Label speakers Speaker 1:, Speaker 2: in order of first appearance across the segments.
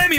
Speaker 1: le, mi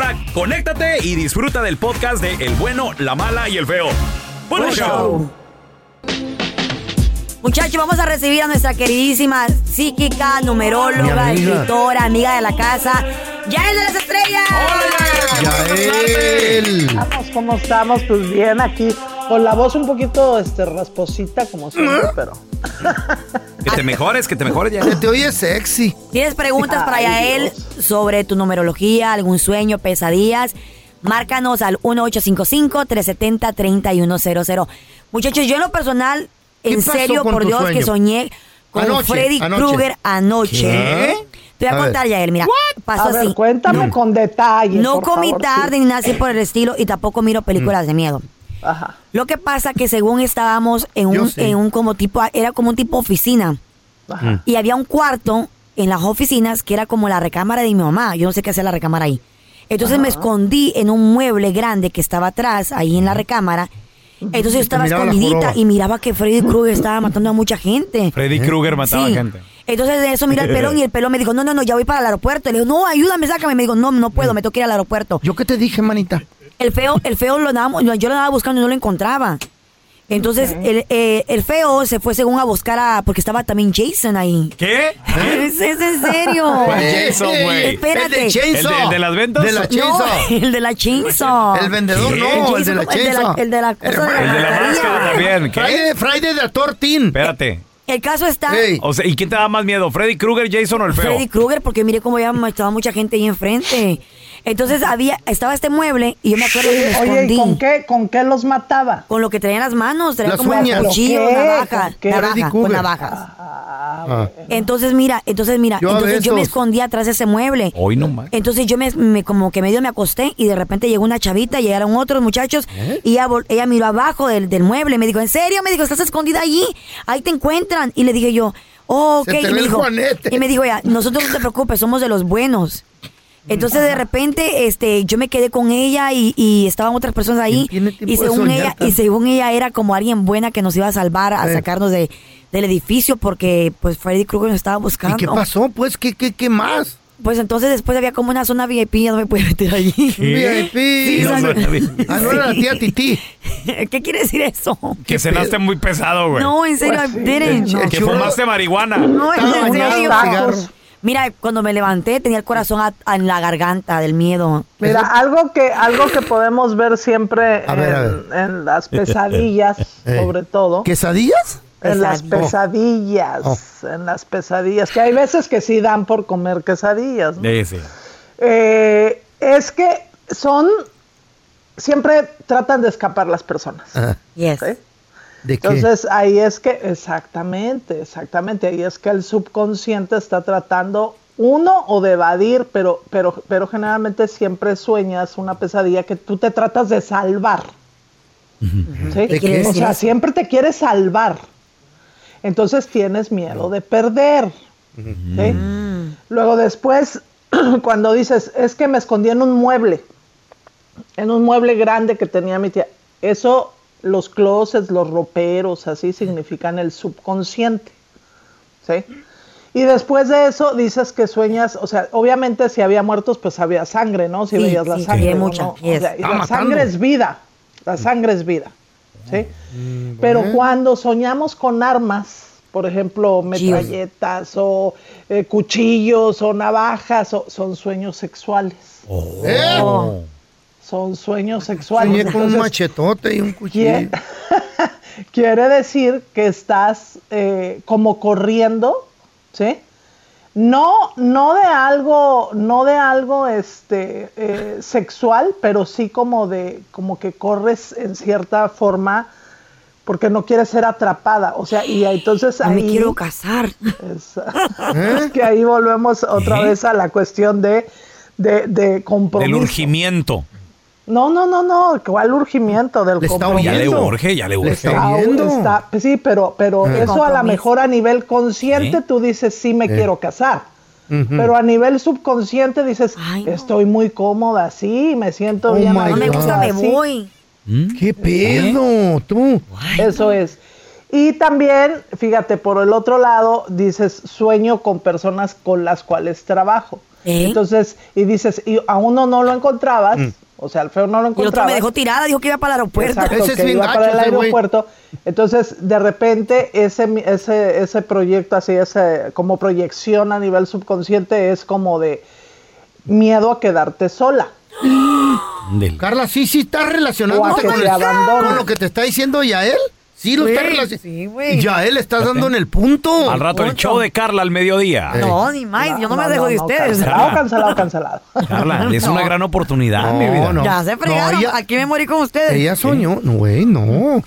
Speaker 1: conéctate y disfruta del podcast de El bueno, la mala y el feo. Bueno,
Speaker 2: Buen
Speaker 1: show.
Speaker 2: Muchachos, vamos a recibir a nuestra queridísima psíquica, numeróloga,
Speaker 3: Mi amiga.
Speaker 2: escritora, amiga de la casa, Yael de las Estrellas.
Speaker 3: Yael.
Speaker 4: Vamos, ¿cómo estamos? Pues bien, aquí con la voz un poquito este, rasposita, como siempre, pero.
Speaker 1: Que te mejores, que te mejores ya.
Speaker 3: Se te oye sexy.
Speaker 2: ¿Tienes preguntas para
Speaker 4: Ay,
Speaker 2: Yael sobre tu numerología, algún sueño, pesadillas? Márcanos al 1855-370-3100. Muchachos, yo en lo personal,
Speaker 3: ¿Qué
Speaker 2: en
Speaker 3: pasó
Speaker 2: serio,
Speaker 3: con
Speaker 2: por
Speaker 3: tu
Speaker 2: Dios,
Speaker 3: sueño?
Speaker 2: que soñé con
Speaker 3: Anoche,
Speaker 2: Freddy
Speaker 3: anoche.
Speaker 2: Krueger anoche.
Speaker 3: ¿Qué?
Speaker 2: Te voy a,
Speaker 3: A
Speaker 2: contar,
Speaker 3: ver.
Speaker 2: Yael, mira. Pasó
Speaker 4: A ver,
Speaker 2: así.
Speaker 4: cuéntame con detalle.
Speaker 2: No
Speaker 4: por
Speaker 2: comí
Speaker 4: favor,
Speaker 2: tarde
Speaker 4: sí.
Speaker 2: ni nada así por el estilo y tampoco miro
Speaker 3: Mm.
Speaker 2: películas de miedo.
Speaker 4: Ajá.
Speaker 2: Lo que pasa que según estábamos en
Speaker 3: Yo
Speaker 2: un,
Speaker 3: sé.
Speaker 2: en un como tipo, era como un tipo oficina. Y había un cuarto en las oficinas que era como la recámara de mi mamá. Yo no sé qué hacía la recámara ahí. Entonces me escondí en un mueble grande que estaba atrás, ahí en la recámara. Entonces yo estaba
Speaker 3: miraba la
Speaker 2: escondidita
Speaker 3: joroba.
Speaker 2: y miraba que Freddy Krueger estaba matando a mucha gente.
Speaker 1: Freddy Krueger mataba
Speaker 2: Sí.
Speaker 1: gente.
Speaker 2: Entonces de eso mira el pelón y el pelón me dijo, no, no, no, ya voy para el aeropuerto. Y le digo, no, ayúdame, sácame. Y me dijo, no, no puedo, me tengo que ir al aeropuerto.
Speaker 3: ¿Yo qué te dije, manita?
Speaker 2: El feo, el feo lo andaba- yo lo andaba buscando y no lo encontraba. Entonces, el, eh, el feo se fue según a buscar a. porque estaba también Jason ahí.
Speaker 1: ¿Qué?
Speaker 2: Es, es en serio.
Speaker 1: Jason, güey.
Speaker 2: Espérate.
Speaker 3: El de Chainsaw.
Speaker 1: ¿El de- el de las ventas?
Speaker 3: De la
Speaker 2: No,
Speaker 3: Chainsaw.
Speaker 2: el de la chainsaw.
Speaker 3: El vendedor,
Speaker 2: ¿Qué?
Speaker 3: no, el de la
Speaker 2: Jason, el de la-
Speaker 3: Chainsaw.
Speaker 2: el de la cosa de la-
Speaker 1: El de la máscara también. ¿Qué?
Speaker 3: Friday, Friday Ah, de Actor Teen.
Speaker 1: Espérate.
Speaker 2: El caso está
Speaker 3: Ey.
Speaker 1: O sea, ¿y quién te da más miedo? ¿Freddy Krueger, Jason o el feo?
Speaker 2: Freddy Krueger, porque mire cómo ya estaba mucha gente ahí enfrente. Entonces había, estaba este mueble y yo me acuerdo que me
Speaker 4: Oye,
Speaker 2: escondí.
Speaker 4: ¿y con qué, con qué los mataba?
Speaker 2: Con lo que traían las manos, traían
Speaker 3: Las
Speaker 2: como
Speaker 3: uñas.
Speaker 2: cuchillo,
Speaker 4: ¿Con qué?
Speaker 2: navaja,
Speaker 4: ¿Con qué?
Speaker 2: navaja,
Speaker 3: Freddy
Speaker 2: con
Speaker 3: Krueger.
Speaker 2: navajas.
Speaker 4: Ah,
Speaker 2: Entonces, mira, entonces, mira,
Speaker 3: Yo a
Speaker 2: entonces yo me
Speaker 3: besos.
Speaker 2: escondí atrás de ese mueble.
Speaker 1: Hoy no más.
Speaker 2: Entonces yo me, me- como que medio me acosté y de repente llegó una chavita, llegaron otros muchachos
Speaker 3: ¿Eh?
Speaker 2: y ella, vol- ella miró abajo del, del mueble, me dijo, ¿en serio? Me dijo, estás escondida allí, ahí te encuentran. Y le dije yo, oh, ok.
Speaker 3: Se te
Speaker 2: y,
Speaker 3: ve
Speaker 2: me
Speaker 3: el
Speaker 2: dijo,
Speaker 3: juanete.
Speaker 2: y me dijo, ella, nosotros no te preocupes, somos de los buenos. Entonces de repente este yo me quedé con ella y, y estaban otras personas ahí
Speaker 3: ¿Quién tiene tiempo
Speaker 2: y
Speaker 3: de
Speaker 2: según
Speaker 3: soñar
Speaker 2: ella y
Speaker 3: tanto?
Speaker 2: según ella era como alguien buena que nos iba a salvar a
Speaker 3: Eh.
Speaker 2: sacarnos de, del edificio porque pues Freddy Krueger nos estaba buscando.
Speaker 3: ¿Y qué pasó? Pues, ¿qué, qué, qué más?
Speaker 2: Ah, Pues entonces después había como una zona VIP, ya no me pude meter allí.
Speaker 3: VIP.
Speaker 2: Sí,
Speaker 3: No,
Speaker 2: o sea,
Speaker 3: Ah, no era la tía Titi.
Speaker 2: ¿Qué quiere decir eso?
Speaker 1: Que cenaste muy pesado, güey.
Speaker 2: No, en serio,
Speaker 4: Pues sí.
Speaker 2: I didn't.
Speaker 3: El- el
Speaker 1: Que
Speaker 3: churro-
Speaker 1: fumaste marihuana.
Speaker 2: No, no,
Speaker 3: Estaba
Speaker 2: en
Speaker 3: bañado
Speaker 2: serio.
Speaker 3: en cigarro.
Speaker 2: Mira, cuando me levanté tenía el corazón a- a- en la garganta del miedo.
Speaker 4: Mira, algo que, algo que podemos ver siempre
Speaker 3: A
Speaker 4: en,
Speaker 3: ver, a ver.
Speaker 4: en las pesadillas,
Speaker 3: Eh.
Speaker 4: sobre todo.
Speaker 3: ¿Quesadillas?
Speaker 4: En las pesadillas,
Speaker 3: Oh.
Speaker 4: en las pesadillas, que hay veces que sí dan por comer quesadillas. ¿no?
Speaker 1: Sí, sí.
Speaker 4: Eh, es que son, siempre tratan de escapar las personas.
Speaker 3: Ah,
Speaker 2: Yes.
Speaker 4: ¿ok?
Speaker 3: ¿De qué?
Speaker 4: Entonces ahí es que, exactamente, exactamente, ahí es que el subconsciente está tratando uno o de evadir, pero, pero, pero generalmente siempre sueñas una pesadilla que tú te tratas de salvar. ¿sí?
Speaker 2: ¿Te quieres
Speaker 4: O
Speaker 2: decir
Speaker 4: sea,
Speaker 2: eso?
Speaker 4: siempre te quieres salvar. Entonces tienes miedo de perder. ¿sí? Luego después, cuando dices, es que me escondí en un mueble, en un mueble grande que tenía mi tía, eso los closets, los roperos, así significan el subconsciente. ¿sí? Y después de eso dices que sueñas, o sea, obviamente si había muertos, pues había sangre, ¿no? Si
Speaker 2: Sí,
Speaker 4: veías la
Speaker 2: sí,
Speaker 4: sangre.
Speaker 2: había
Speaker 4: ¿no?
Speaker 2: mucha,
Speaker 4: O
Speaker 2: yes.
Speaker 4: sea, y la sangre es vida, la sangre es vida, ¿sí? Pero cuando soñamos con armas, por ejemplo, metralletas o eh, cuchillos o navajas, o- son sueños sexuales.
Speaker 3: ¡Eh!
Speaker 4: Son sueños sexuales.
Speaker 3: Soñé con un
Speaker 4: Entonces,
Speaker 3: machetote y un cuchillo.
Speaker 4: Quie- Quiere decir que estás eh, como corriendo, ¿sí? No, no de algo, no de algo este, eh, sexual, pero sí como de, como que corres en cierta forma porque no quieres ser atrapada. O sea, y entonces
Speaker 2: No
Speaker 4: ahí
Speaker 2: me quiero casar.
Speaker 4: es- es que ahí volvemos otra
Speaker 1: ¿Eh?
Speaker 4: vez a la cuestión de, de, de
Speaker 1: Del
Speaker 4: compromiso.
Speaker 1: urgimiento.
Speaker 4: no, no, no, no, ¿cuál urgimiento del
Speaker 3: Le está
Speaker 4: compromiso?
Speaker 1: Ya le
Speaker 3: Eso.
Speaker 1: urge, ya le
Speaker 3: Le
Speaker 1: urge.
Speaker 3: está- Ah.
Speaker 4: Au,
Speaker 3: viendo.
Speaker 4: está- pues sí, pero, pero eso a lo
Speaker 2: Compromiso.
Speaker 4: mejor a nivel consciente
Speaker 1: Sí.
Speaker 4: tú dices, sí me quiero casar.
Speaker 3: Ujú.
Speaker 4: Pero a nivel subconsciente dices,
Speaker 2: Ay, no.
Speaker 4: estoy muy cómoda así, me siento
Speaker 3: Oh
Speaker 4: bien.
Speaker 3: my
Speaker 4: a
Speaker 3: Ay,
Speaker 2: No me
Speaker 3: no.
Speaker 4: gusto
Speaker 2: gusta, me
Speaker 4: así". ¿Eh?
Speaker 2: voy.
Speaker 3: ¿Qué pedo? Tú.
Speaker 4: Eso es. Y también, fíjate, por el otro lado, dices, sueño con personas con las cuales trabajo.
Speaker 2: ¿Eh?
Speaker 4: Entonces, y dices, y a uno no lo encontrabas,
Speaker 3: Mm.
Speaker 4: o sea, al feo no
Speaker 2: Y el
Speaker 4: lo
Speaker 2: otro me
Speaker 4: encontrabas.
Speaker 2: dejó tirada, dijo que iba para el aeropuerto.
Speaker 4: Exacto,
Speaker 3: Ese es
Speaker 4: que
Speaker 3: bien
Speaker 4: iba
Speaker 3: gacho
Speaker 4: para el
Speaker 3: ese güey.
Speaker 4: aeropuerto. Entonces, de repente, ese, mi- ese, ese proyecto así, ese, como proyección a nivel subconsciente, es como de miedo a quedarte sola.
Speaker 1: Del-
Speaker 3: Carla, sí, sí está relacionando
Speaker 4: O a que
Speaker 3: con,
Speaker 4: te
Speaker 3: el-
Speaker 4: abandonen.
Speaker 3: con lo que te está diciendo Yael. Sí, lo está
Speaker 2: Güey,
Speaker 3: relacionando.
Speaker 2: sí, güey.
Speaker 3: Yael, ¿eh? estás dando en el punto. Eh.
Speaker 1: Al rato el
Speaker 2: punto.
Speaker 1: show de Carla al mediodía.
Speaker 2: No, ni más, yo no, me dejo de
Speaker 4: no,
Speaker 2: ustedes.
Speaker 4: Cancelado, cancelado, cancelado.
Speaker 1: Carla, es
Speaker 2: No.
Speaker 1: una gran oportunidad,
Speaker 3: No,
Speaker 1: mi vida.
Speaker 3: no.
Speaker 2: Ya se fregaron,
Speaker 3: No, ella-
Speaker 2: aquí me morí con ustedes.
Speaker 3: Ella soñó. No, güey, no.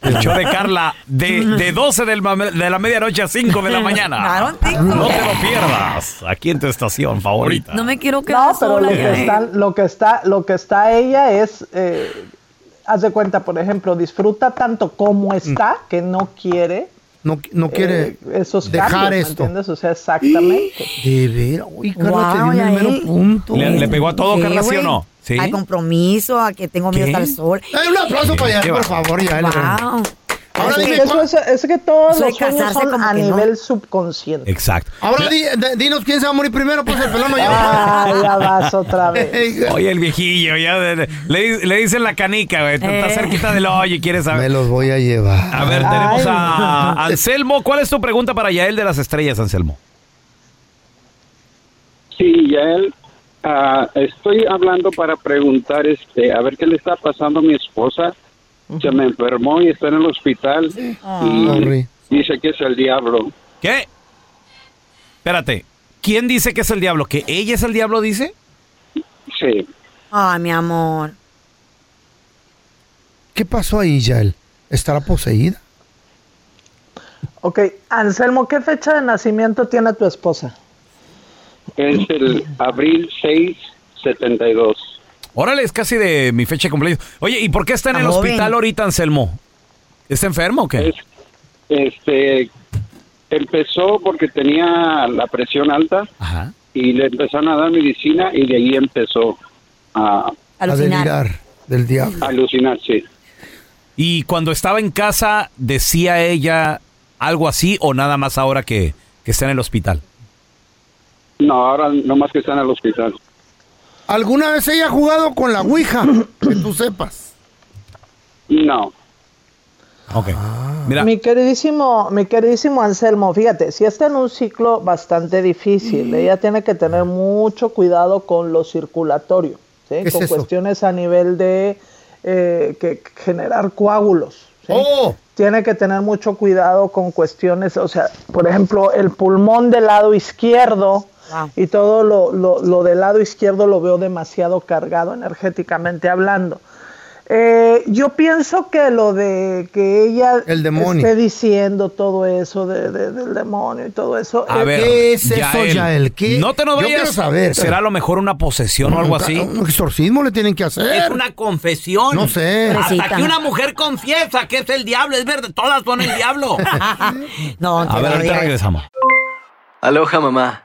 Speaker 1: El show de Carla de, de 12 del mame- de la medianoche a 5 de la mañana.
Speaker 2: Claro, TikTok.
Speaker 1: No te lo pierdas. Aquí en tu estación favorita.
Speaker 2: No me quiero quedar
Speaker 4: No, pero
Speaker 2: sola.
Speaker 4: lo que,
Speaker 2: ya.
Speaker 4: está, lo, que está, lo que está ella es, eh, haz de cuenta, por ejemplo, disfruta tanto como está, que no quiere
Speaker 3: Mm. No, no quiere
Speaker 4: eh, esos
Speaker 3: dejar
Speaker 4: cambios, ¿me
Speaker 3: esto.
Speaker 4: entiendes? O sea, exactamente.
Speaker 3: De ver. Uy, Carla, te
Speaker 2: Guau,
Speaker 3: dio en el
Speaker 2: Yael.
Speaker 3: mero punto.
Speaker 1: Le- le pegó a todo,
Speaker 2: Sí,
Speaker 1: Carla, ¿sí o
Speaker 2: güey.
Speaker 1: no? Sí.
Speaker 2: Al compromiso, a que tengo miedo
Speaker 1: ¿Qué?
Speaker 2: al sol.
Speaker 3: Dale un aplauso para
Speaker 1: Qué
Speaker 3: Yael, por
Speaker 1: bárbaro.
Speaker 3: favor, Yael.
Speaker 2: Wow.
Speaker 3: Ahora
Speaker 4: Es
Speaker 3: dime,
Speaker 4: que, eso
Speaker 3: cua-
Speaker 4: es, es que todos
Speaker 2: Eso de
Speaker 4: los sueños
Speaker 2: casarse
Speaker 4: son
Speaker 2: como
Speaker 4: a
Speaker 2: que no.
Speaker 4: nivel subconsciente.
Speaker 1: Exacto.
Speaker 3: ahora di- de- dinos quién se va a morir primero, pues el pelón o yo.
Speaker 4: Ah, ya vas otra vez.
Speaker 3: Ey,
Speaker 1: Oye, el viejillo, ya de- de- le, le dicen la canica, güey. Está
Speaker 2: Eh.
Speaker 1: cerquita del hoyo y quiere
Speaker 3: Me
Speaker 1: saber.
Speaker 3: los voy a llevar.
Speaker 1: A ver, tenemos a Anselmo. ¿Cuál es tu pregunta para Yael de las estrellas, Anselmo?
Speaker 5: Sí, Yael, ah, estoy hablando para preguntar este, a ver qué le está pasando a mi esposa. Se me enfermó y está en el hospital y
Speaker 3: Sorry.
Speaker 5: dice que es el diablo.
Speaker 1: ¿Qué? Espérate. ¿Quién dice que es el diablo? ¿Que ella es el diablo, dice?
Speaker 5: Sí.
Speaker 2: Ay, mi amor.
Speaker 3: ¿Qué pasó ahí, Yael? ¿Estará poseída?
Speaker 4: Ok, Anselmo, ¿qué fecha de nacimiento tiene tu esposa?
Speaker 5: Es el abril 6, 72.
Speaker 1: Órale, es casi de mi fecha de cumpleaños. Oye, ¿y por qué está en el
Speaker 2: Joven.
Speaker 1: hospital ahorita, Anselmo? ¿Está enfermo o qué?
Speaker 5: Es, este, empezó porque tenía la presión alta
Speaker 1: Ajá.
Speaker 5: y le empezaron a dar medicina y de ahí empezó a
Speaker 3: A
Speaker 2: Alucinar.
Speaker 3: delirar del diablo.
Speaker 5: alucinarse.
Speaker 1: ¿Y cuando estaba en casa decía ella algo así o nada más ahora que, que está en el hospital?
Speaker 5: No, ahora nomás que está en el hospital.
Speaker 3: ¿Alguna vez ella ha jugado con la Ouija? Que tú sepas.
Speaker 5: No.
Speaker 1: Ok. Mira,
Speaker 4: Mi queridísimo, mi queridísimo Anselmo, fíjate, si está en un ciclo bastante difícil, ella tiene que tener mucho cuidado con lo circulatorio, ¿sí?
Speaker 3: ¿Qué es
Speaker 4: con
Speaker 3: eso?
Speaker 4: cuestiones a nivel de eh, que que generar coágulos. ¿sí?
Speaker 3: ¡Oh!
Speaker 4: tiene que tener mucho cuidado con cuestiones, o sea, por ejemplo, el pulmón del lado izquierdo
Speaker 2: Wow.
Speaker 4: y todo lo, lo- lo del lado izquierdo lo veo demasiado cargado energéticamente hablando. Eh, yo pienso que lo de que ella
Speaker 3: El demonio.
Speaker 4: esté diciendo todo eso de- de- del demonio y todo eso.
Speaker 1: A
Speaker 4: eh,
Speaker 1: ver,
Speaker 3: ¿Qué es eso, Yael? ¿Qué?
Speaker 1: No te nos
Speaker 3: Yo
Speaker 1: vayas.
Speaker 3: quiero saber.
Speaker 1: ¿Será a lo mejor una posesión o algo así?
Speaker 3: Un exorcismo le tienen que
Speaker 2: Eh.
Speaker 3: hacer.
Speaker 6: Es una confesión.
Speaker 3: No sé.
Speaker 6: Hasta
Speaker 2: Pobrecita.
Speaker 6: que una mujer confiesa que es el diablo, es verdad, todas son el diablo.
Speaker 2: No,
Speaker 1: A ver, ahorita regresamos.
Speaker 7: Aloha, mamá.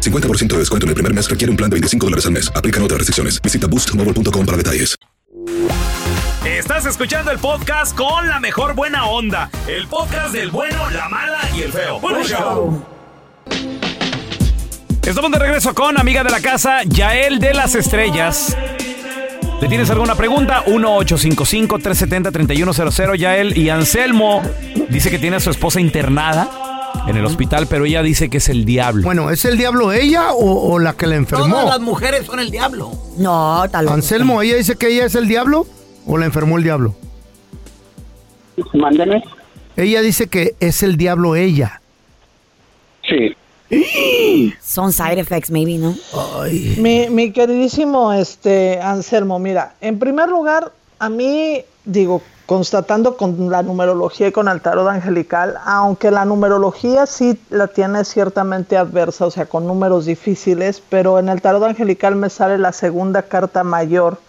Speaker 8: 50% de descuento en el primer mes requiere un plan de 25 dólares al mes. Aplican otras restricciones. Visita boostmobile.com para detalles.
Speaker 1: Estás escuchando el podcast con la mejor buena onda. El podcast del bueno, la mala y el feo. Bueno, show. Estamos de regreso con amiga de la casa, Yael de las Estrellas. ¿Le tienes alguna pregunta? 1-855-370-3100. Yael y Anselmo dice que tiene a su esposa internada en el hospital, pero ella dice que es el diablo.
Speaker 3: Bueno, ¿es el diablo ella o, o la que la
Speaker 6: Todas
Speaker 3: enfermó?
Speaker 6: las mujeres son el diablo.
Speaker 2: No, tal vez.
Speaker 3: Anselmo, ¿ella dice que ella es el diablo o la enfermó el diablo?
Speaker 5: Mándeme.
Speaker 3: Ella dice que es el diablo ella.
Speaker 5: Sí.
Speaker 2: Son side effects, maybe, ¿no?
Speaker 4: Mi, mi queridísimo este Anselmo, mira, en primer lugar, a mí, digo, constatando con la numerología y con el tarot angelical, aunque la numerología sí la tiene ciertamente adversa, o sea, con números difíciles, pero en el tarot angelical me sale la segunda carta mayor,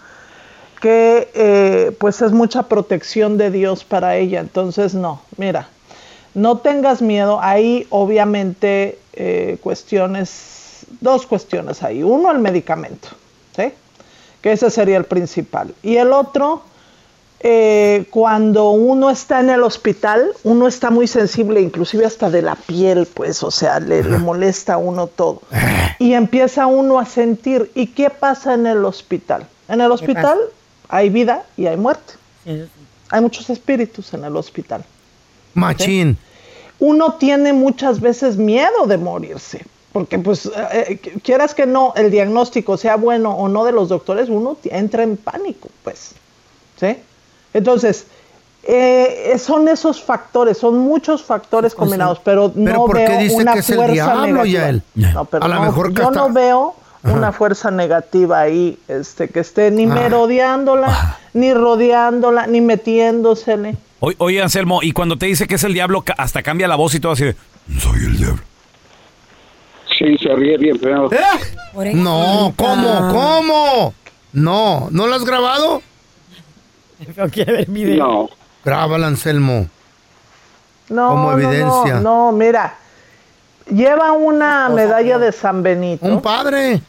Speaker 4: que eh, pues es mucha protección de Dios para ella. Entonces, no, mira, no tengas miedo. Hay obviamente eh, cuestiones, dos cuestiones ahí. Uno, el medicamento, ¿sí? Que ese sería el principal. Y el otro, eh, cuando uno está en el hospital, uno está muy sensible, inclusive hasta de la piel, pues, o sea, le, le molesta a uno todo. Y empieza uno a sentir. ¿Y qué pasa en el hospital? En el hospital hay vida y hay muerte. Hay muchos espíritus en el hospital
Speaker 3: Machín.
Speaker 4: uno tiene muchas veces miedo de morirse. Porque pues eh, eh, quieras que no, el diagnóstico sea bueno o no de los doctores, uno ti- entra en pánico, pues. ¿Sí? Entonces, eh, eh, son esos factores, son muchos factores combinados, pero,
Speaker 3: pues, Pero
Speaker 4: no
Speaker 3: ¿por qué
Speaker 4: veo
Speaker 3: dice
Speaker 4: una
Speaker 3: que es el
Speaker 4: fuerza
Speaker 3: diablo,
Speaker 4: negativa.
Speaker 3: Yael?
Speaker 4: No, pero
Speaker 3: A lo
Speaker 4: no,
Speaker 3: mejor que
Speaker 4: yo
Speaker 3: hasta-
Speaker 4: no veo una fuerza negativa ahí, este, que esté
Speaker 3: Ah.
Speaker 4: ni merodeándola, ni rodeándola, ni metiéndosele.
Speaker 1: O- oye, Anselmo, y cuando te dice que es el diablo, ca- hasta cambia la voz y todo así de, soy el diablo.
Speaker 5: Sí, se ríe bien feo.
Speaker 2: Por
Speaker 3: ¿Eh? No, ¿cómo? ¿Cómo? No, ¿no la has grabado?
Speaker 5: No.
Speaker 3: Grábala, Anselmo.
Speaker 4: No,
Speaker 3: como
Speaker 4: no, no,
Speaker 3: evidencia.
Speaker 4: No, mira, lleva una medalla de San Benito.
Speaker 3: Un padre.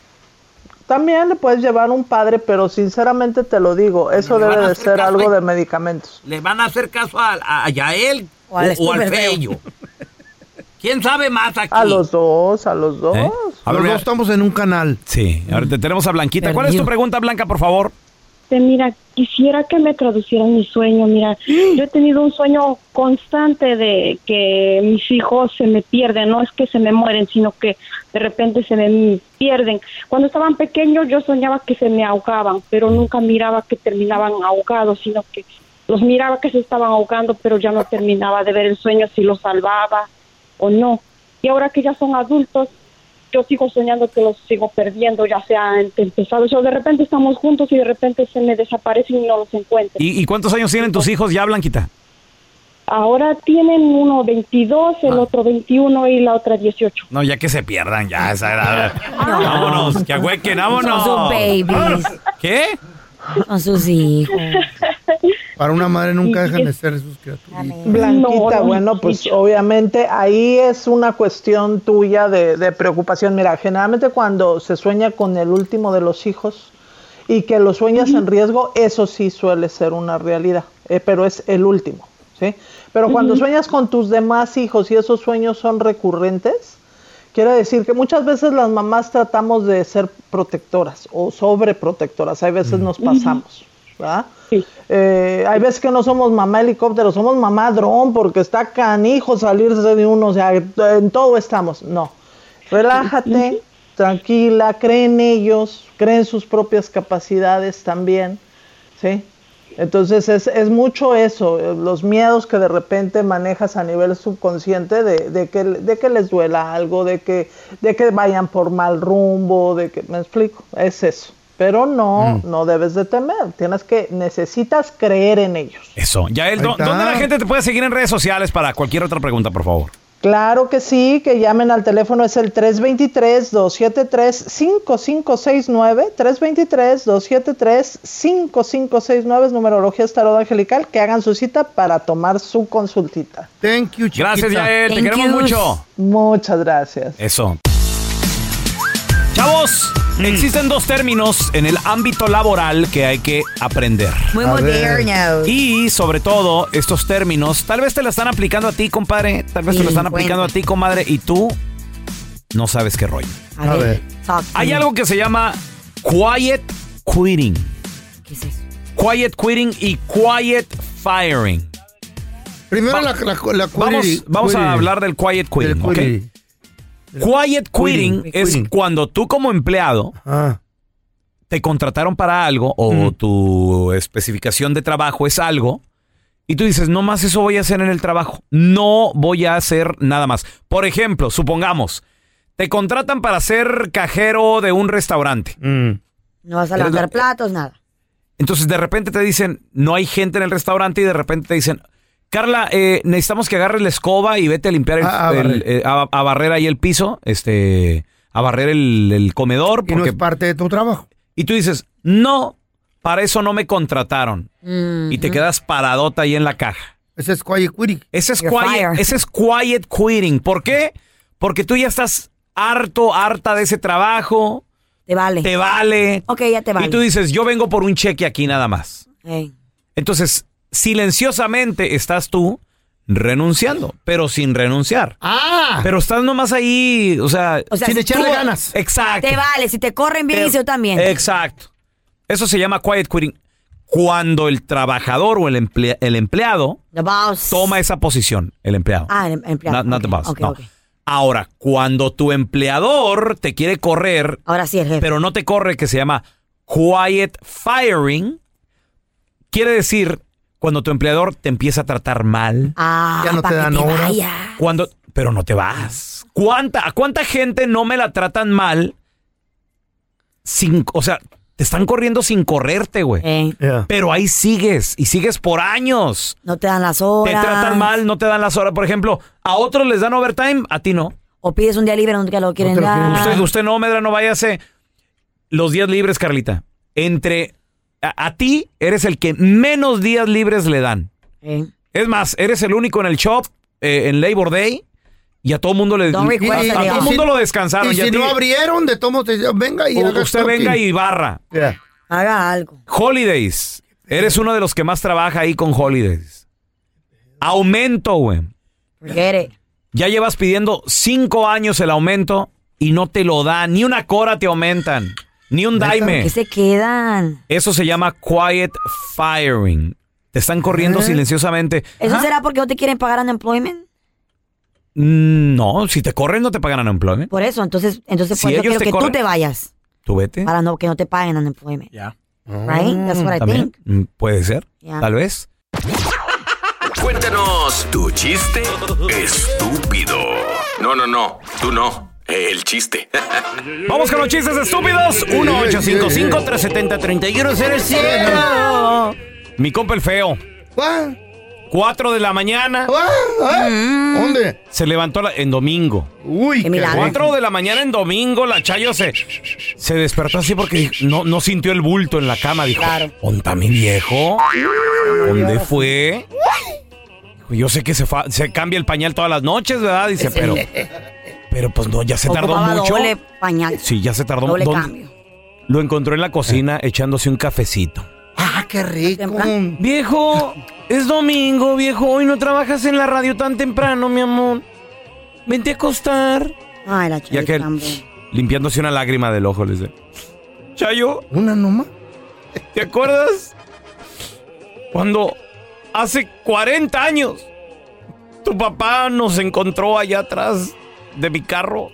Speaker 4: También le puedes llevar un padre, pero sinceramente te lo digo, eso
Speaker 6: Le van
Speaker 4: debe
Speaker 6: a
Speaker 4: de
Speaker 6: hacer
Speaker 4: ser
Speaker 6: caso,
Speaker 4: algo
Speaker 6: ¿eh?
Speaker 4: de medicamentos.
Speaker 6: Le van a hacer caso a, a, a Yael
Speaker 2: O al estúpido.
Speaker 6: Fello. ¿Quién sabe más aquí?
Speaker 4: A los dos, a los dos.
Speaker 1: ¿Eh? A ver,
Speaker 3: Los
Speaker 1: mira.
Speaker 3: dos estamos en un canal.
Speaker 1: Sí, ahora te tenemos a Blanquita. ¿Cuál es tu
Speaker 2: Perdido.
Speaker 1: pregunta, Blanca, por favor?
Speaker 9: Este, mira, quisiera que me traducieran mi sueño. Mira,
Speaker 2: ¡Ah!
Speaker 9: yo he tenido un sueño constante de que mis hijos se me pierden. No es que se me mueren, sino que de repente se me pierden. Cuando estaban pequeños yo soñaba que se me ahogaban,
Speaker 2: Mm.
Speaker 9: pero nunca miraba que terminaban ahogados, sino que los miraba que se estaban ahogando, pero ya no terminaba de ver el sueño si los salvaba o no. Y ahora que ya son adultos, yo sigo soñando que los sigo perdiendo, ya sea en- empezado. Yo de repente estamos juntos y de repente se me desaparecen y no los encuentro.
Speaker 1: ¿Y, y cuántos años tienen
Speaker 2: Pues-
Speaker 1: tus hijos ya, Blanquita?
Speaker 9: Ahora tienen uno 22, el otro 21 y la otra 18.
Speaker 1: No, ya que se pierdan, ya, esa edad. Vámonos, que ahuequen, vámonos.
Speaker 2: Son sus babies.
Speaker 1: ¿Qué?
Speaker 2: Son sus hijos.
Speaker 3: Para una madre nunca dejan de ser sus criaturas.
Speaker 4: Blanquita, bueno, pues obviamente ahí es una cuestión tuya de, de preocupación. Mira, generalmente cuando se sueña con el último de los hijos y que lo sueñas en riesgo, eso sí suele ser una realidad, eh, pero es el último, ¿sí? Pero cuando
Speaker 10: Ujú.
Speaker 4: sueñas con tus demás hijos y esos sueños son recurrentes, Quiere decir que muchas veces las mamás tratamos de ser protectoras o sobreprotectoras. Hay veces nos pasamos, ¿verdad? Eh, hay veces que no somos mamá helicóptero, somos mamá dron porque está canijo salirse de uno, o sea, en todo estamos. No, relájate, tranquila, cree en ellos, cree en sus propias capacidades también, ¿sí? Entonces es, es mucho eso, eh, los miedos que de repente manejas a nivel subconsciente de, de que, de que les duela algo, de que, de que vayan por mal rumbo, de que, me explico, es eso. Pero no, no debes de temer, tienes que, necesitas creer en ellos.
Speaker 1: Eso. Ya es,
Speaker 4: Ahí está.
Speaker 1: ¿dónde la gente te puede seguir en redes sociales para cualquier otra pregunta, por favor?
Speaker 4: Claro que sí, que llamen al teléfono, es el 323-273-5569, 323-273-5569, es numerología tarot angelical, que hagan su cita para tomar su consultita.
Speaker 3: Thank you, chiquita.
Speaker 1: Gracias, Yael, te Thank queremos yous. mucho.
Speaker 4: Muchas gracias.
Speaker 1: Eso. Chavos,
Speaker 2: Mm.
Speaker 1: existen dos términos en el ámbito laboral que hay que aprender.
Speaker 2: Muy A ver. modernos.
Speaker 1: Y sobre todo, estos términos, tal vez te la están aplicando a ti, compadre, tal vez te la están aplicando a ti, comadre, y tú no sabes qué rollo.
Speaker 2: A ver.
Speaker 1: Hay algo que se llama quiet quitting.
Speaker 2: ¿Qué es eso?
Speaker 1: Quiet quitting y quiet firing.
Speaker 3: Primero
Speaker 1: Va-
Speaker 3: la, la, la
Speaker 1: Vamos,
Speaker 3: query-
Speaker 1: vamos
Speaker 3: query.
Speaker 1: a hablar del quiet quitting, ¿ok?
Speaker 3: quitting.
Speaker 1: Quiet quitting es cuando tú como empleado
Speaker 3: Ah.
Speaker 1: te contrataron para algo o tu especificación de trabajo es algo y tú dices, no más eso voy a hacer en el trabajo, no voy a hacer nada más. Por ejemplo, supongamos, te contratan para ser cajero de un restaurante.
Speaker 2: No vas a
Speaker 1: Eres la-
Speaker 2: levantar platos, nada.
Speaker 1: Entonces de repente te dicen, no hay gente en el restaurante y de repente te dicen, Carla, eh, necesitamos que agarres la escoba y vete a limpiar el,
Speaker 3: Ah, A- a
Speaker 1: el-
Speaker 3: barrer.
Speaker 1: eh, a- a barrer ahí el piso, este, a barrer el, el comedor. Porque,
Speaker 3: no es parte de tu trabajo.
Speaker 1: Y tú dices, no, para eso no me contrataron. Y te quedas paradota ahí en la caja.
Speaker 3: Ese es quiet quitting.
Speaker 1: Ese es
Speaker 3: You're
Speaker 1: quiet,
Speaker 3: fired.
Speaker 1: ese es quiet quitting. ¿Por qué? Porque tú ya estás harto, harta de ese trabajo.
Speaker 2: Te vale.
Speaker 1: Te vale.
Speaker 2: Ok, ya te vale.
Speaker 1: Y tú dices, yo vengo por un cheque aquí nada más.
Speaker 2: Ey.
Speaker 1: Entonces, silenciosamente estás tú renunciando, pero sin renunciar.
Speaker 3: Ah.
Speaker 1: Pero estás nomás ahí, o sea,
Speaker 2: O sea, si tú-
Speaker 1: Exacto.
Speaker 2: Te vale, si te corren bien,
Speaker 1: Te-
Speaker 2: dice yo también.
Speaker 1: Exacto. Eso se llama quiet quitting. Cuando el trabajador o el, emplea- el empleado toma esa posición, el empleado.
Speaker 2: Ah, em- empleado.
Speaker 1: Not, not the
Speaker 2: Ok,
Speaker 1: boss,
Speaker 2: ok,
Speaker 1: no.
Speaker 2: ok.
Speaker 1: Ahora, cuando tu empleador te quiere correr,
Speaker 2: ahora sí
Speaker 1: pero no te corre, que se llama quiet firing, quiere decir cuando tu empleador te empieza a tratar mal.
Speaker 2: Ah,
Speaker 3: Ya no
Speaker 1: pa'
Speaker 3: te
Speaker 1: que
Speaker 3: dan horas.
Speaker 2: vayas.
Speaker 1: Cuando, pero no te vas. ¿Cuánta, ¿A cuánta gente no me la tratan mal? Sin, o sea, te están corriendo sin correrte, güey.
Speaker 2: Eh.
Speaker 1: Pero ahí sigues y sigues por años.
Speaker 2: No te dan las horas.
Speaker 1: Te tratan mal, no te dan las horas. Por ejemplo, a otros les dan overtime, a ti no.
Speaker 2: O pides un día libre, no te lo quieren dar.
Speaker 1: Usted, usted no, Medra, no váyase. Los días libres, Carlita. Entre. A, a ti eres el que menos días libres le dan. Es más, eres el único en el shop, eh, en Labor Day, y a todo mundo le.
Speaker 3: Don't
Speaker 1: a-
Speaker 3: request
Speaker 1: a,
Speaker 3: a day
Speaker 1: todo
Speaker 3: off.
Speaker 1: mundo lo
Speaker 3: Y
Speaker 1: descansaron. y a
Speaker 3: si
Speaker 1: ti-
Speaker 3: no abrieron, de tomo te venga y
Speaker 1: U-
Speaker 3: haga
Speaker 1: usted
Speaker 3: esto
Speaker 1: venga
Speaker 3: aquí.
Speaker 1: y barra.
Speaker 3: Yeah.
Speaker 2: Haga algo.
Speaker 1: Holidays. Eres uno de los que más trabaja ahí con holidays. Aumento, güey.
Speaker 2: Forget it.
Speaker 1: Ya llevas pidiendo cinco años el aumento y no te lo dan. Ni una cora te aumentan. Ni un
Speaker 2: ¿Por
Speaker 1: daime.
Speaker 2: qué se quedan?
Speaker 1: Eso se llama quiet firing. Te están corriendo
Speaker 2: ¿Eh?
Speaker 1: silenciosamente.
Speaker 2: ¿Eso será porque no te quieren pagar unemployment?
Speaker 1: Mm, No, si te corren no te pagan unemployment.
Speaker 2: Por eso, entonces, entonces
Speaker 1: Si
Speaker 2: pues, yo
Speaker 1: ellos
Speaker 2: quiero
Speaker 1: te
Speaker 2: que
Speaker 1: corren-
Speaker 2: tú te vayas
Speaker 1: Tú vete.
Speaker 2: para no que no te paguen unemployment.
Speaker 1: Ya.
Speaker 2: Right? That's what I
Speaker 1: También. Mm, Puede ser.
Speaker 2: Ya.
Speaker 1: Tal vez.
Speaker 10: Cuéntanos tu chiste estúpido. No, no, no. Tú no. El chiste.
Speaker 1: Vamos con los chistes estúpidos. 1-855-370-3100. Mi compa el feo.
Speaker 3: ¿Cuál?
Speaker 1: 4 de la mañana.
Speaker 3: Ah,
Speaker 2: Mm.
Speaker 3: ¿Dónde?
Speaker 1: Se levantó la- en domingo.
Speaker 3: Uy,
Speaker 2: Qué milagro.
Speaker 1: 4 de la mañana en domingo, la Chayo se, se despertó así porque no, no sintió el bulto en la cama. Dijo,
Speaker 2: Claro.
Speaker 1: ¿Onta mi viejo? ¿Dónde fue? Dijo, Yo sé que se, fa- se cambia el pañal todas las noches, ¿verdad? Dice, pero, pero pues no, ya se tardó
Speaker 2: Ocupaba
Speaker 1: mucho.
Speaker 2: doble pañal.
Speaker 1: Sí, ya se tardó
Speaker 2: doble
Speaker 1: ¿Dónde?
Speaker 2: cambio.
Speaker 1: Lo encontró en la cocina echándose un cafecito.
Speaker 3: Ah, qué rico.
Speaker 1: Viejo, es domingo, viejo. Hoy no trabajas en la radio tan temprano, mi amor. Vente a acostar.
Speaker 2: Ay, la
Speaker 1: Y
Speaker 2: chica.
Speaker 1: aquel, limpiándose una lágrima del ojo, les dice. Chayo.
Speaker 3: ¿Una noma?
Speaker 1: ¿Te acuerdas? Cuando hace 40 años tu papá nos encontró allá atrás de mi carro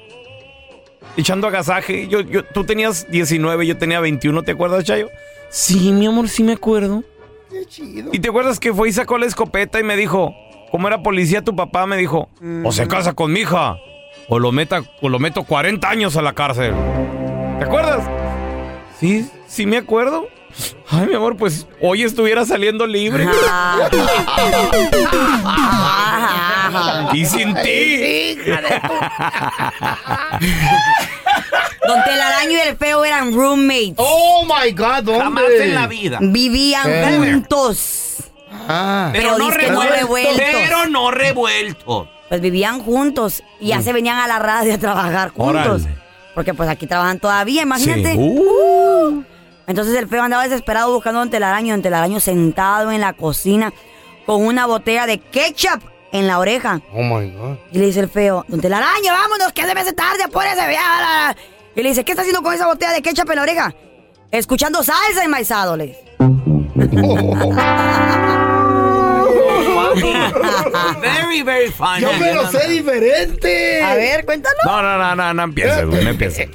Speaker 1: echando agasaje. Yo, yo, tú tenías 19, yo tenía 21, ¿te acuerdas, Chayo? Sí, mi amor, sí me acuerdo.
Speaker 3: Qué chido.
Speaker 1: ¿Y te acuerdas que fue y sacó la escopeta y me dijo, como era policía tu papá, me dijo, o
Speaker 3: Mm.
Speaker 1: se casa con mi hija, o lo, meta, o lo meto 40 años a la cárcel? ¿Te acuerdas? Sí, sí me acuerdo. Ay, mi amor, pues hoy estuviera saliendo libre. y sin ti.
Speaker 2: Don Telaraño y el feo eran roommates.
Speaker 3: Oh my God, ¿dónde?
Speaker 6: Jamás en la vida.
Speaker 2: Vivían
Speaker 3: Eh.
Speaker 2: juntos.
Speaker 3: Ah,
Speaker 2: Pero, dice que no revueltos.
Speaker 6: Pero no revuelto.
Speaker 2: Pues vivían juntos y ya se venían a la radio a trabajar juntos.
Speaker 1: Mm. Órale.
Speaker 2: Porque pues aquí trabajan todavía, imagínate.
Speaker 1: Sí. Uh.
Speaker 2: Entonces el feo andaba desesperado buscando a Don Telaraño, Don Telaraño sentado en la cocina con una botella de ketchup en la oreja.
Speaker 3: oh my God.
Speaker 2: Y le dice el feo, Don Telaraño, vámonos, que se me hace tarde, apúrese, vea, la, la". Y le dice, ¿qué está haciendo con esa botella de ketchup en la oreja? Escuchando salsa enmaizado, le dice.
Speaker 6: Very, very funny.
Speaker 3: Yo me lo sé diferente.
Speaker 2: A ver, cuéntalo.
Speaker 1: No, no, no, no, no empieces, güey, no empieces.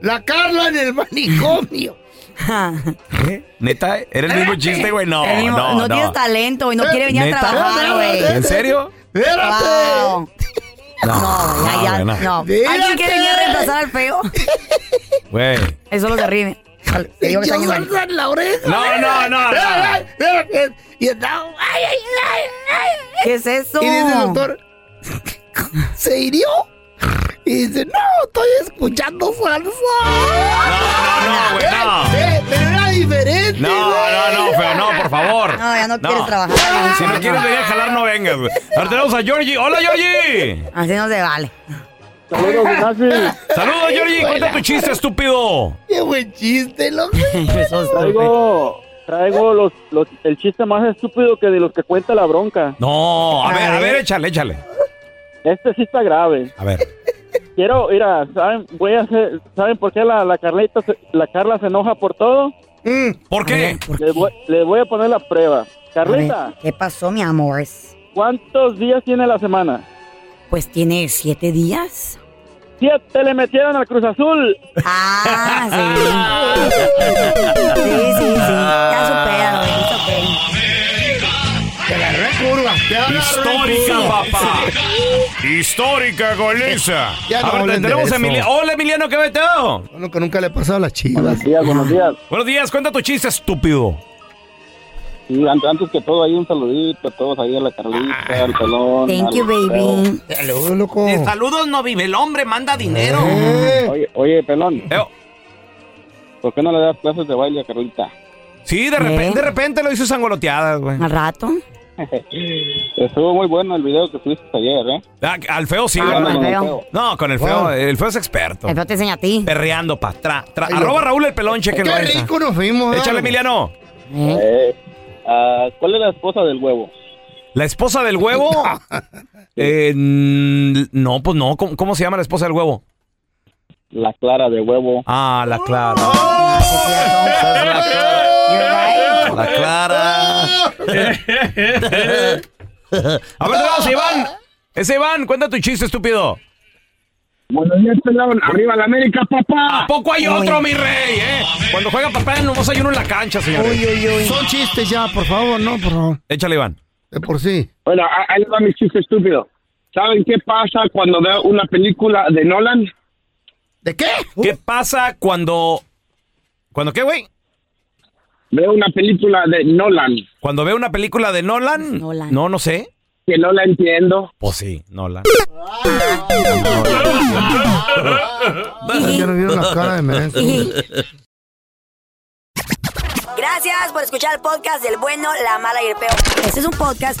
Speaker 3: La Carla en el manicomio.
Speaker 1: Neta, era el mismo chiste, güey. No,
Speaker 2: El mismo-
Speaker 1: no, no.
Speaker 2: tienes talento, güey, no quiere venir
Speaker 1: Eh, ¿Neta?
Speaker 2: a trabajar, güey.
Speaker 1: ¿En serio?
Speaker 3: ¿Eh? Espérate.
Speaker 2: Wow. No, ya, ya,
Speaker 1: güey,
Speaker 2: no.
Speaker 3: Espérate.
Speaker 2: ¿Alguien quiere venir a reemplazar al feo?
Speaker 1: Güey.
Speaker 2: Eso lo que rime. Te digo que está
Speaker 3: Yo
Speaker 2: bien bueno.
Speaker 3: salgo en la oreja. Eh,
Speaker 1: No, no, no, no.
Speaker 3: Ay, ay, ay, Y andaba, ay, ay, ay, ay.
Speaker 2: ¿Qué es eso?
Speaker 3: Y dice el doctor, ¿se hirió? Y dice, no, estoy escuchando salsa.
Speaker 1: no, güey, no.
Speaker 3: Eh, Pero era diferente.
Speaker 1: No, no, no, feo, no, por favor.
Speaker 2: No, ya no quieres trabajar, ya.
Speaker 1: Si no quieres venir a jalar, no vengas, güey. Ahora tenemos a Georgie. ¡Hola, Georgie!
Speaker 2: Así no se vale.
Speaker 1: ¡Saludos, Georgie! Cuenta tu chiste, estúpido.
Speaker 3: Qué buen chiste, loco.
Speaker 11: Traigo, traigo los, los- el chiste más estúpido que de los que cuenta la bronca.
Speaker 1: No, a ver, a ver, échale, échale.
Speaker 11: Este sí está grave.
Speaker 1: A ver.
Speaker 11: Quiero, mira, ¿saben, voy a hacer, ¿saben por qué la, la, Carlita se- la Carla se enoja por todo?
Speaker 1: ¿Por qué?
Speaker 11: Les voy, les voy a poner la prueba.
Speaker 2: A ver,
Speaker 11: Carlita,
Speaker 2: ¿Qué pasó, mi amores?
Speaker 11: ¿cuántos días tiene la semana?
Speaker 2: Pues tiene siete días.
Speaker 11: Siete le metieron al Cruz Azul.
Speaker 2: Ah, sí. Sí, sí, sí. Ya supera, güey. ya supera.
Speaker 3: Te la recurva. te la
Speaker 1: Histórica,
Speaker 3: recurva.
Speaker 1: papá. Histórica, goliza.
Speaker 3: Ya no
Speaker 1: A ver,
Speaker 3: hablen de
Speaker 1: tenemos a
Speaker 3: eso.
Speaker 1: Emiliano. Hola, Emiliano, ¿qué veteo?
Speaker 3: Bueno, que nunca le ha pasado a las chivas.
Speaker 11: Buenos días, buenos días.
Speaker 1: Buenos días, cuenta tu chiste, estúpido.
Speaker 11: Y an- antes que todo, ahí un saludito a todos, ahí a la Carlita,
Speaker 1: Ah.
Speaker 11: al pelón.
Speaker 2: Thank
Speaker 11: al
Speaker 2: you, baby.
Speaker 3: Saludos, loco.
Speaker 6: De saludos no vive el hombre, manda dinero.
Speaker 11: Pelón.
Speaker 3: Eh,
Speaker 11: Oye, oye, pelón,
Speaker 1: Eh, oh,
Speaker 11: ¿por qué no le das clases de baile a Carlita?
Speaker 1: Sí, de repente, de repente lo hizo sangoloteadas, güey.
Speaker 2: Al rato.
Speaker 11: Estuvo muy bueno el video que tuviste ayer, ¿eh?
Speaker 1: Ah, Al feo sí,
Speaker 2: Ah,
Speaker 1: güey.
Speaker 2: con el
Speaker 11: no,
Speaker 2: feo.
Speaker 11: no.
Speaker 1: No, con el feo, el feo es experto.
Speaker 2: El feo te enseña a ti.
Speaker 1: Perreando pa' tra, tra.
Speaker 3: Ay,
Speaker 1: Arroba
Speaker 3: no.
Speaker 1: Raúl el pelón, chequenlo.
Speaker 3: Qué
Speaker 1: ahí está.
Speaker 3: rico nos fuimos.
Speaker 1: Échale,
Speaker 3: ¿eh?
Speaker 1: Emiliano.
Speaker 2: ¿Eh?
Speaker 11: Eh, ah, ¿Cuál es la esposa del huevo?
Speaker 1: La esposa del huevo. Eh, mm, no, pues no. ¿Cómo, cómo se llama la esposa del huevo?
Speaker 11: La clara de huevo.
Speaker 1: Ah, la Clara.
Speaker 3: Oh.
Speaker 1: La Clara. A ver, vamos, Iván. Ese Iván, cuenta tu chiste, estúpido.
Speaker 5: Buenos días, pelón. Arriba la América,
Speaker 1: ¿A
Speaker 5: papá.
Speaker 1: poco hay otro, mi rey, eh? Cuando juega papá, nomás hay uno en la cancha, señor.
Speaker 3: Uy, uy, uy. Son chistes ya, por favor, no, por favor.
Speaker 1: Échale, Iván.
Speaker 3: De por sí.
Speaker 12: Bueno, a- ahí va mi chiste estúpido. ¿Saben qué pasa cuando veo una película de Nolan?
Speaker 3: ¿De qué?
Speaker 1: ¿Qué pasa cuando... ¿Cuando qué, güey?
Speaker 12: Veo una película de Nolan.
Speaker 1: Cuando veo una película de Nolan... No, no sé.
Speaker 12: Que no la entiendo.
Speaker 1: Pues sí, Nolan.
Speaker 3: Ya no vieron la cara de Menso.
Speaker 2: Gracias por escuchar el podcast del bueno, la mala y el peor. Este es un podcast